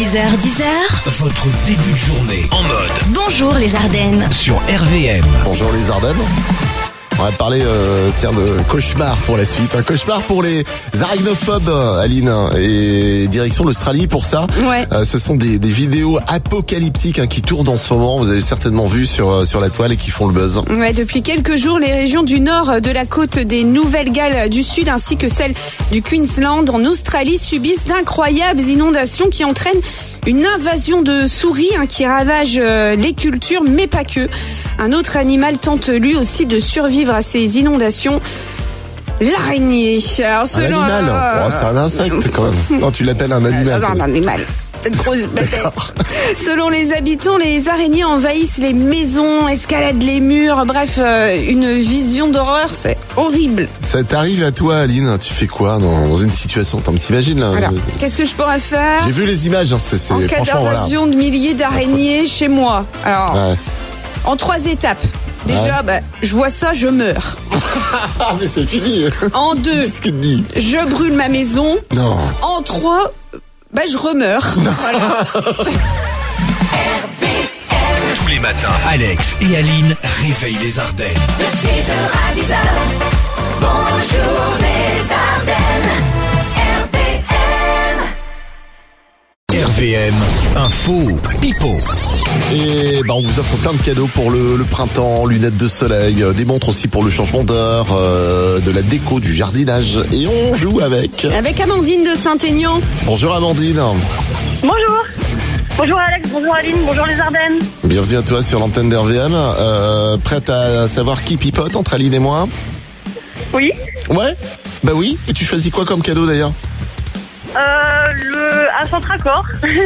6h10h, Votre début de journée en mode bonjour les Ardennes. sur RVM. Bonjour les Ardennes. On va parler euh, tiens de cauchemar pour la suite, un cauchemar pour les arachnophobes, euh, Aline, et direction l'Australie pour ça. Ouais. Euh, ce sont des, des vidéos apocalyptiques hein, qui tournent en ce moment. Vous avez certainement vu sur euh, sur la toile et qui font le buzz. Ouais, depuis quelques jours, les régions du nord de la côte des Nouvelles-Galles du Sud ainsi que celles du Queensland en Australie subissent d'incroyables inondations qui entraînent une invasion de souris hein, qui ravage euh, les cultures, mais pas que. Un autre animal tente lui aussi de survivre à ces inondations. L'araignée. Alors, Un selon, animal. euh, Oh, c'est un insecte quand même. Non, tu l'appelles un Euh, animal. non, non, toi. non, mais mal. Cette grosse bête. Selon les habitants, les araignées envahissent les maisons, escaladent les murs. Bref, euh, une vision d'horreur, c'est horrible. Ça t'arrive à toi, Aline. Tu fais quoi dans, dans une situation T'en t'imagines là Alors, qu'est-ce que je pourrais faire Euh, J'ai vu les images. hein, c'est c'est- en cas franchement voilà. d'invasion de milliers d'araignées chez moi Alors, Ouais. en trois étapes. Déjà, bah, je vois ça, je meurs. Ah mais c'est fini. En deux, Qu'est-ce qu'il te dit je brûle ma maison. Non. En trois, bah, je remeurs. Tous les matins, Alex et Aline réveillent les Ardennes. RVM, info, pipo. Et bah, on vous offre plein de cadeaux pour le, le printemps, lunettes de soleil, euh, des montres aussi pour le changement d'heure, euh, de la déco, du jardinage. Et on joue avec. Avec Amandine de Saint-Aignan. Bonjour Amandine. Bonjour. Bonjour Alex, bonjour Aline, bonjour les Ardennes. Bienvenue à toi sur l'antenne d'RVM. Euh, prête à savoir qui pipote entre Aline et moi Oui. Ouais Bah oui. Et tu choisis quoi comme cadeau d'ailleurs Euh, le à Centracor.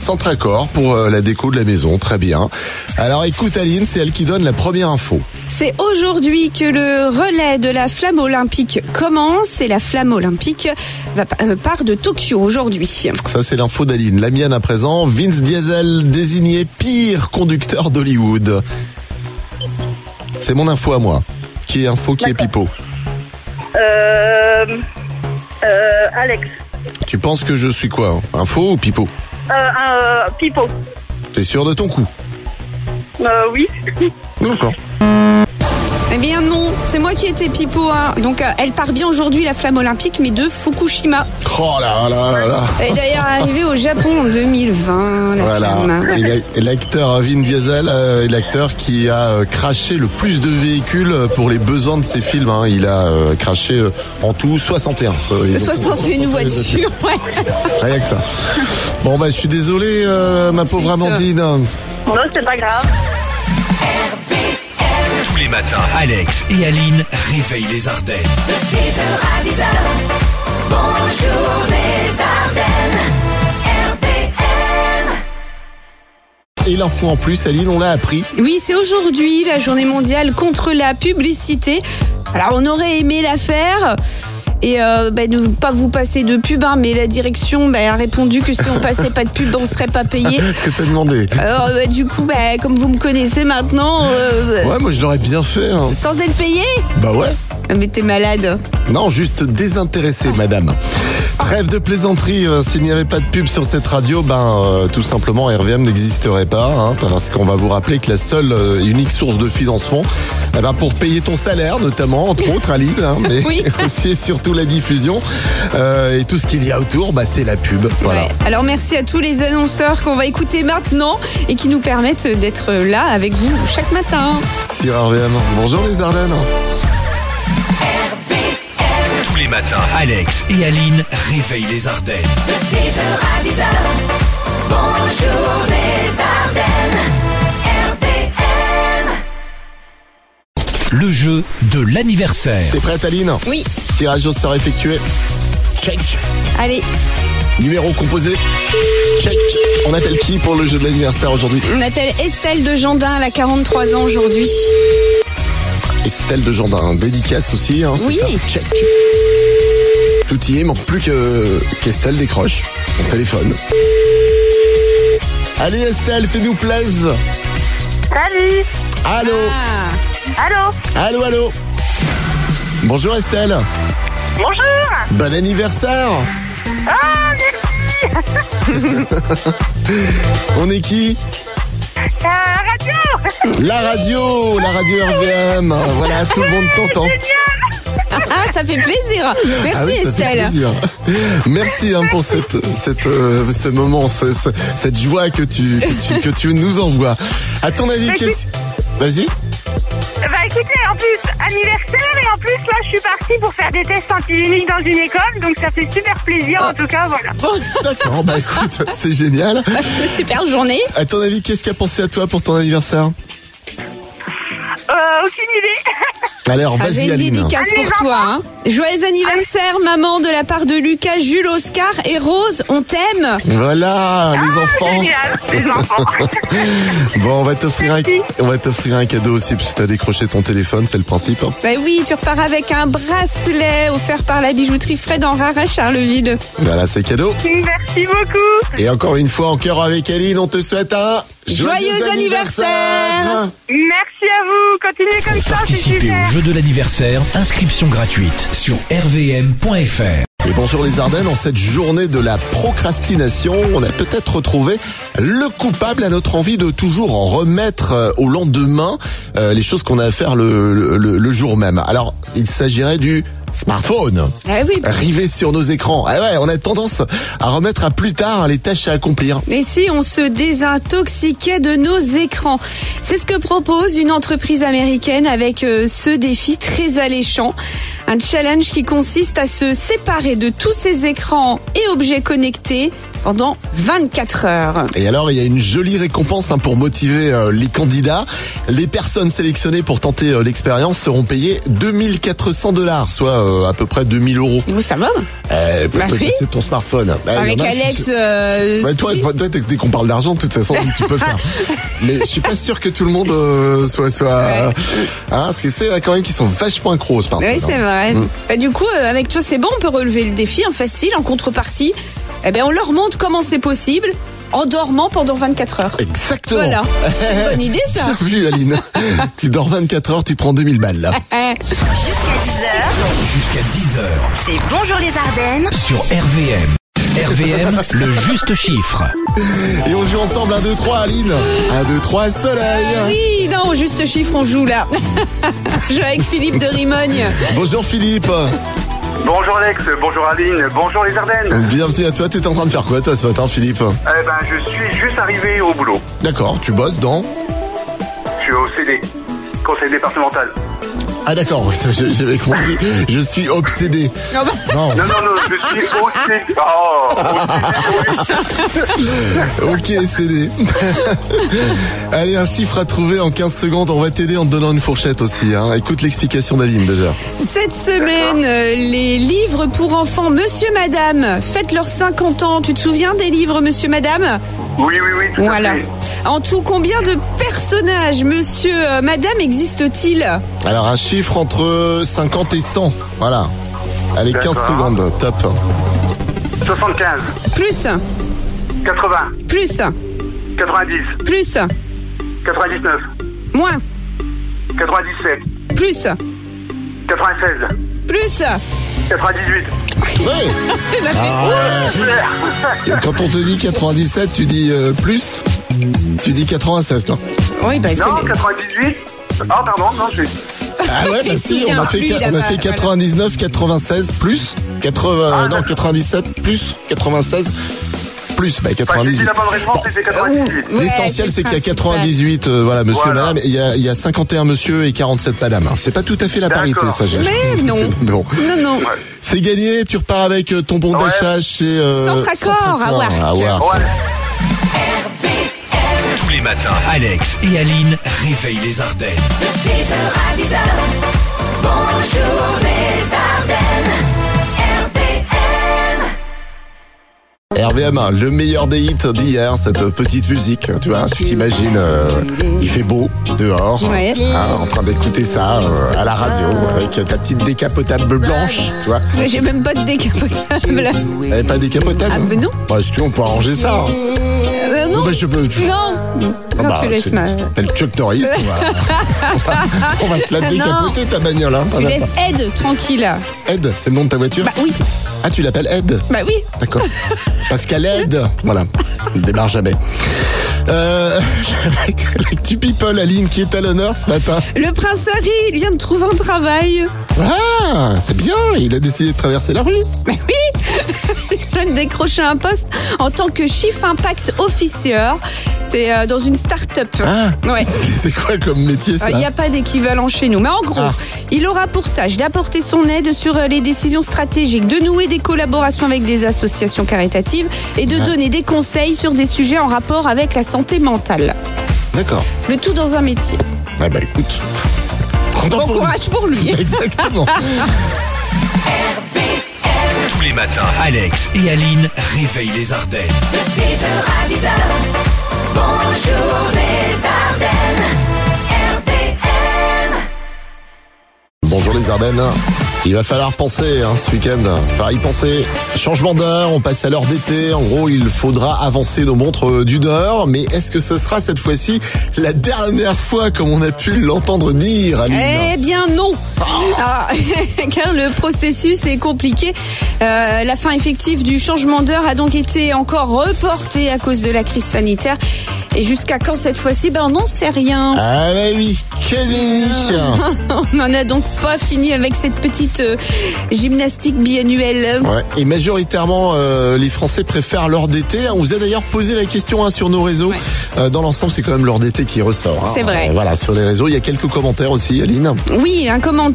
Centre accord pour euh, la déco de la maison. Très bien. Alors écoute Aline, c'est elle qui donne la première info. C'est aujourd'hui que le relais de la flamme olympique commence et la flamme olympique va, euh, part de Tokyo aujourd'hui. Ça, c'est l'info d'Aline. La mienne à présent, Vince Diesel désigné pire conducteur d'Hollywood. C'est mon info à moi. Qui est info, qui est pipeau. Euh, euh, Alex. Tu penses que je suis quoi hein Info ou pipeau Euh, euh, Pipo. T'es sûr de ton coup Euh, oui. D'accord. Eh bien non, c'est moi qui étais pipo. hein. Donc euh, elle part bien aujourd'hui la flamme olympique mais de Fukushima. Oh là là là là Elle est d'ailleurs arrivée au Japon en 2020. La Voilà. flamme. Et la- et l'acteur Vin Diesel euh, est l'acteur qui a euh, craché le plus de véhicules euh, pour les besoins de ses films. hein. Il a euh, craché euh, en tout 61. parce que ils ont- 61 voitures. ouais. Rien que ça. Bon bah je suis désolé euh, ma pauvre Zut. Amandine. Non, c'est pas grave. Tous les matins, Alex et Aline réveillent les Ardennes. Et l'info en plus Aline on l'a appris. Oui, c'est aujourd'hui la journée mondiale contre la publicité. Alors, on aurait aimé la faire. Et euh, bah, ne pas vous passer de pub, hein, mais la direction bah, a répondu que si on passait pas de pub, on serait pas payé. Ce que t'as demandé. Alors, bah, du coup, bah, comme vous me connaissez maintenant, euh, Ouais moi je l'aurais bien fait. hein. sans être payé Bah ouais. Ah, Mais t'es malade. Non juste désintéressé madame. Trêve de plaisanterie, euh, s'il n'y avait pas de pub sur cette radio, ben euh, tout simplement RVM n'existerait pas, hein, parce qu'on va vous rappeler que la seule euh, et unique source de financement, eh ben pour payer ton salaire notamment, entre autres Aline, hein, mais Oui. aussi et surtout la diffusion euh, et tout ce qu'il y a autour, bah c'est la pub. Voilà. Ouais. Alors, merci à tous les annonceurs qu'on va écouter maintenant et qui nous permettent d'être là avec vous chaque matin. Sir RVM. Bonjour les Ardennes. Tous les matins, Alex et Aline réveillent les Ardennes. Le jeu de l'anniversaire. T'es prête Aline Oui, Tirage au sort effectué. Check. allez, Numéro composé. Check. On appelle qui pour le jeu de l'anniversaire aujourd'hui on appelle Estelle de Jandin, elle a 43 ans aujourd'hui. Estelle de Jandin. Dédicace aussi. Hein, c'est Oui. ça Check. Tout y est, manque plus que qu'Estelle décroche son téléphone. Allez Estelle, fais-nous plaise. Salut. Allô, Ah. Allô. allô, allô. Bonjour Estelle. Bonjour. Bon anniversaire. Ah, merci. On est qui La radio Ah La radio, la radio RVM. Voilà, tout le monde t'entend. Ah, ah, ça fait plaisir. Merci Ah oui, ça fait Estelle. plaisir. Merci hein, pour cette, cette, euh, ce moment, ce- ce- cette joie que tu, que tu, que tu nous envoies. À ton avis, Écoute. qu'est-ce... Vas-y. Bah écoutez, en plus, anniversaire et en plus, là, je suis partie pour faire des tests antigéniques dans une école, donc ça fait super plaisir, en tout cas, voilà. Bon, D'accord, bah écoute, c'est génial. super journée. À ton avis, qu'est-ce qu'a pensé à toi pour ton anniversaire Euh, aucune idée. Alors, Ah, J'ai vas-y, une Aline. dédicace Allez, pour les toi. hein. Joyeux anniversaire, maman, de la part de Lucas, Jules, Oscar et Rose. On t'aime. Voilà, les Ah, enfants. Génial, les enfants. Bon, on va t'offrir un, Merci. on va t'offrir un cadeau aussi parce que t'as décroché ton téléphone, c'est le principe. hein. Bah oui, tu repars avec un bracelet offert par la bijouterie Fred en Rara Charleville. Voilà, c'est cadeau. Merci beaucoup. Et encore une fois, en cœur avec Aline, on te souhaite un Joyeux anniversaire. Merci à vous. Continuez comme ça, c'est Participez super. au jeu de l'anniversaire. Inscription gratuite sur rvm.fr. Et bonjour les Ardennes, en cette journée de la procrastination, on a peut-être retrouvé le coupable à notre envie de toujours en remettre euh, au lendemain euh, les choses qu'on a à faire le, le- le jour même. Alors, il s'agirait du smartphone. Ah oui. Rivé sur nos écrans. Ah ouais, on a tendance à remettre à plus tard les tâches à accomplir. Et si on se désintoxiquait de nos écrans C'est ce que propose une entreprise américaine avec euh, ce défi très alléchant. Un challenge qui consiste à se séparer de tous ces écrans et objets connectés pendant 24 heures. Et alors, il y a une jolie récompense hein, pour motiver euh, les candidats. Les personnes sélectionnées pour tenter euh, l'expérience seront payées 2400 dollars, soit euh, à peu près 2000 euros. Vous, ça va Euh, pour Bah te oui. passer ton smartphone. Bah, il y Avec en a, je Alex. suis- euh, Bah, toi, Spi- toi, toi, dès qu'on parle d'argent, de toute façon, tu peux faire. Mais je suis pas sûr que tout le monde euh, soit soit. euh, hein, parce que tu sais, il y en a quand même qui sont vachement accros au smartphone. Oui, c'est hein. vrai. Bah, du coup, euh, avec toi, c'est bon, on peut relever le défi, hein, facile, en contrepartie. Eh ben, on leur montre comment c'est possible en dormant pendant 24 heures. Exactement. Voilà. C'est une bonne idée, ça. Bien vu, Aline. tu dors 24 heures, tu prends 2000 balles là. Eh. Jusqu'à 10h, Jusqu'à 10h c'est Bonjour les Ardennes sur RVM. RVM, le juste chiffre. Et on joue ensemble 1, 2, 3, Aline. 1, 2, 3, soleil. Ah Oui, non, au juste chiffre, on joue là. Je joue avec Philippe de Rimogne. Bonjour Philippe. Bonjour Alex, bonjour Aline, bonjour les Ardennes. Bienvenue à toi. T'étais en train de faire quoi toi ce matin, Philippe Eh ben, je suis juste arrivé au boulot. D'accord, tu bosses dans. Je suis au CD, conseil départemental. Ah d'accord, oui, je- j'avais compris. Je suis obsédé. Non, bah, Non. Non, non, non, je suis au CD. Oh, Ok, CD. Allez, un chiffre à trouver en 15 secondes. On va t'aider en te donnant une fourchette aussi. hein. Écoute l'explication d'Aline déjà. cette semaine, euh, les livres pour enfants, monsieur, madame, faites leurs 50 ans. Tu te souviens des livres, monsieur, madame oui, oui, oui, tout à Voilà. fait. En tout, combien de personnages, monsieur, euh, madame, existe-t-il Alors un chiffre entre 50 et 100. Voilà. Allez, 15 D'accord. secondes. Top. 75, Plus, 80, plus, 90, plus, 99, moins, 97, plus, 96, plus. 98. Ouais. Ah ouais. Et quand on te dit 97, tu dis euh, plus Tu dis 96, toi Oui, bah, c'est- Non, 98. Ah, pardon, non, je suis. Ah ouais, bah si, on a fait, Lui, il a on a pas- fait 99, 96, plus 80, Ah, non, d'accord. 97, plus 96, plus, bah Bah, j'ai 98. dit la bonne réponse, Bon. c'était 98. Ouais, L'essentiel, c'est c'est qu'il y a le principal. 98, euh, voilà, monsieur, Voilà. madame, et il y, a, il y a 51 monsieur et 47 madame. C'est pas tout à fait la D'accord. parité, ça, j'ai- Mais non. Bon. Non, non. C'est gagné, tu repars avec euh, ton bon Ouais. d'achat chez... Euh, Centre Accor, à Warc. à Warc. Ouais. Tous les matins, Alex et Aline réveillent les Ardennes. De 6h à 10h, bonjour les Ardennes RPM RVM, hein, le meilleur des hits d'hier, cette petite musique, tu vois, tu t'imagines, euh, il fait beau dehors, Ouais. hein, en train d'écouter ça euh, à la radio, avec ta petite décapotable blanche, tu vois. J'ai même pas de décapotable. Elle est pas décapotable Ah, ben non. Bah, si tu veux, on peut arranger ça. hein. Euh, Non, non, bah, je peux- tu- non. Ah, Non, bah, tu laisses tu- ma... t'appelles Chuck Norris, on va, on va te la décapoter ta bagnole. Hein, t'en Tu as laisses Ed tranquille. pas. Ed, c'est le nom de ta voiture Bah oui. Ah, tu l'appelles Ed Bah oui. D'accord. Parce qu'elle aide. Voilà. Ne démarre jamais. Euh, L'actu people, Aline, qui est à l'honneur ce matin. Le prince Harry, il vient de trouver un travail. Ah, c'est bien. Il a décidé de traverser la rue. Mais oui Il vient de décrocher un poste en tant que Chief Impact Officer. C'est euh, dans une start-up. Ah. Ouais. Euh, Ah, C'est c'est quoi comme métier, ça Il n'y a pas d'équivalent chez nous. Mais en gros, Ah. il aura pour tâche d'apporter son aide sur euh, les décisions stratégiques, de nouer des collaborations avec des associations caritatives et Ah. de donner des conseils sur des sujets en rapport avec la santé mentale. D'accord. Le tout dans un métier. Ah bah écoute. Content Bon pour lui. courage pour lui. Exactement. Tous les matins, Alex et Aline réveillent les Ardennes. De 6h à 10h, bonjour les Ardennes. RPM. Bonjour les Ardennes. Il va falloir penser hein, ce week-end. Il va falloir y penser. Changement d'heure, on passe à l'heure d'été. En gros, il faudra avancer nos montres euh, d'une heure. Mais est-ce que ce sera cette fois-ci la dernière fois comme on a pu l'entendre dire, Aline Eh bien non Oh. Ah, Car le processus est compliqué. Euh, la fin effective du changement d'heure a donc été encore reportée à cause de la crise sanitaire. Et jusqu'à quand cette fois-ci Ben on n'en sait rien. Ah bah oui, que des niches On n'en a donc pas fini avec cette petite euh, gymnastique biannuelle. Ouais. Et majoritairement, euh, les Français préfèrent l'heure d'été. On vous a d'ailleurs posé la question hein, sur nos réseaux. Ouais. Euh, dans l'ensemble, c'est quand même l'heure d'été qui ressort. hein. C'est vrai. Euh, voilà, sur les réseaux, il y a quelques commentaires aussi, Aline. Oui, un commentaire.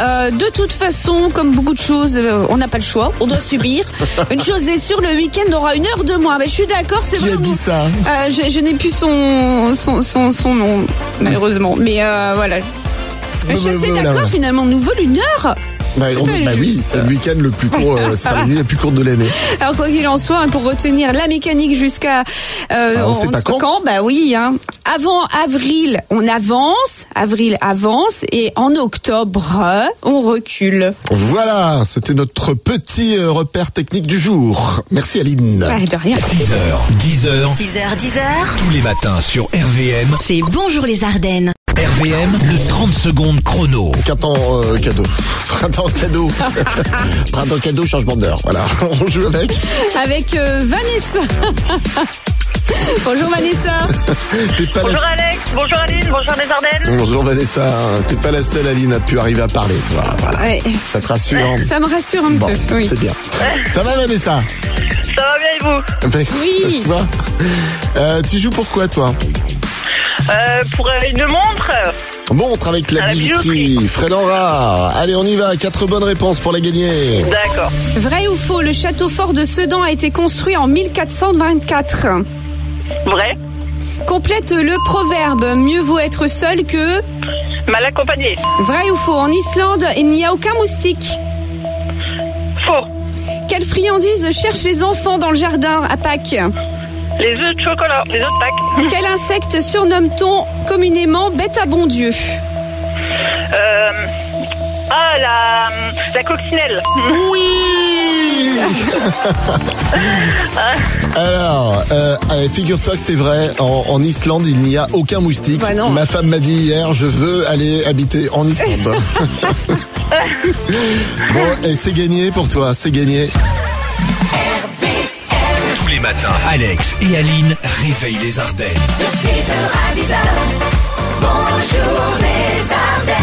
euh, de toute façon, comme beaucoup de choses, euh, on n'a pas le choix. On doit subir. Une chose est sûre, le week-end aura une heure de moins. Mais je suis d'accord, c'est Qui a vraiment... dit ça Euh, je je n'ai plus son, son, son, son nom, malheureusement. Mais euh, voilà. Je suis assez Voilà. d'accord, finalement, on nous vole une heure. Bah, on- pas bah oui, juste. c'est le week-end le plus court, euh, c'est la nuit la plus courte de l'année. Alors, quoi qu'il en soit, hein, pour retenir la mécanique jusqu'à. euh, Ah, on sait pas quand. Bah oui, hein. Avant avril, on avance. Avril avance. Et en octobre, euh, on recule. Voilà, c'était notre petit euh, repère technique du jour. Merci Aline. Ah, de rien. 6h, 10h, 6h, 10h, tous les matins sur RVM. c'est bonjour les Ardennes. RVM, le 30 secondes chrono. Printemps euh, cadeau. Printemps cadeau. Printemps cadeau, changement d'heure. Voilà, on joue avec. Avec euh, Vanessa. Bonjour Vanessa. T'es pas la... Bonjour Alex, bonjour Aline, bonjour les Ardennes. Bonjour Vanessa, t'es pas la seule Aline à pu arriver à parler, toi. Voilà. Ouais, Ça te rassure. hein ça me rassure un Bon, peu. Oui. c'est bien. Ça va Vanessa Ça va bien et vous Bah, Oui. Tu vois Euh, Tu joues pour quoi toi euh, Pour euh, une montre, Montre avec la À la bijouterie, Fred Enra. Allez, on y va. Quatre bonnes réponses pour la gagner. d'accord. Vrai ou faux, le château fort de Sedan a été construit en 1424. Vrai, Complète le proverbe mieux vaut être seul que mal accompagné. vrai ou faux. En Islande, il n'y a aucun moustique. Faux, Quelle friandise cherchent les enfants dans le jardin à Pâques les œufs de chocolat, les œufs de Pâques. Quel insecte surnomme-t-on communément bête à bon Dieu Euh, ah, la, la coccinelle. Oui Alors, euh, allez, figure-toi que c'est vrai, en, en Islande, il n'y a aucun moustique. Bah non. Ma femme m'a dit hier, je veux aller habiter en Islande. bon, et c'est gagné pour toi, c'est gagné. Tous les matins, Alex et Aline réveillent les Ardennes. De 6h à 10h, bonjour les Ardennes.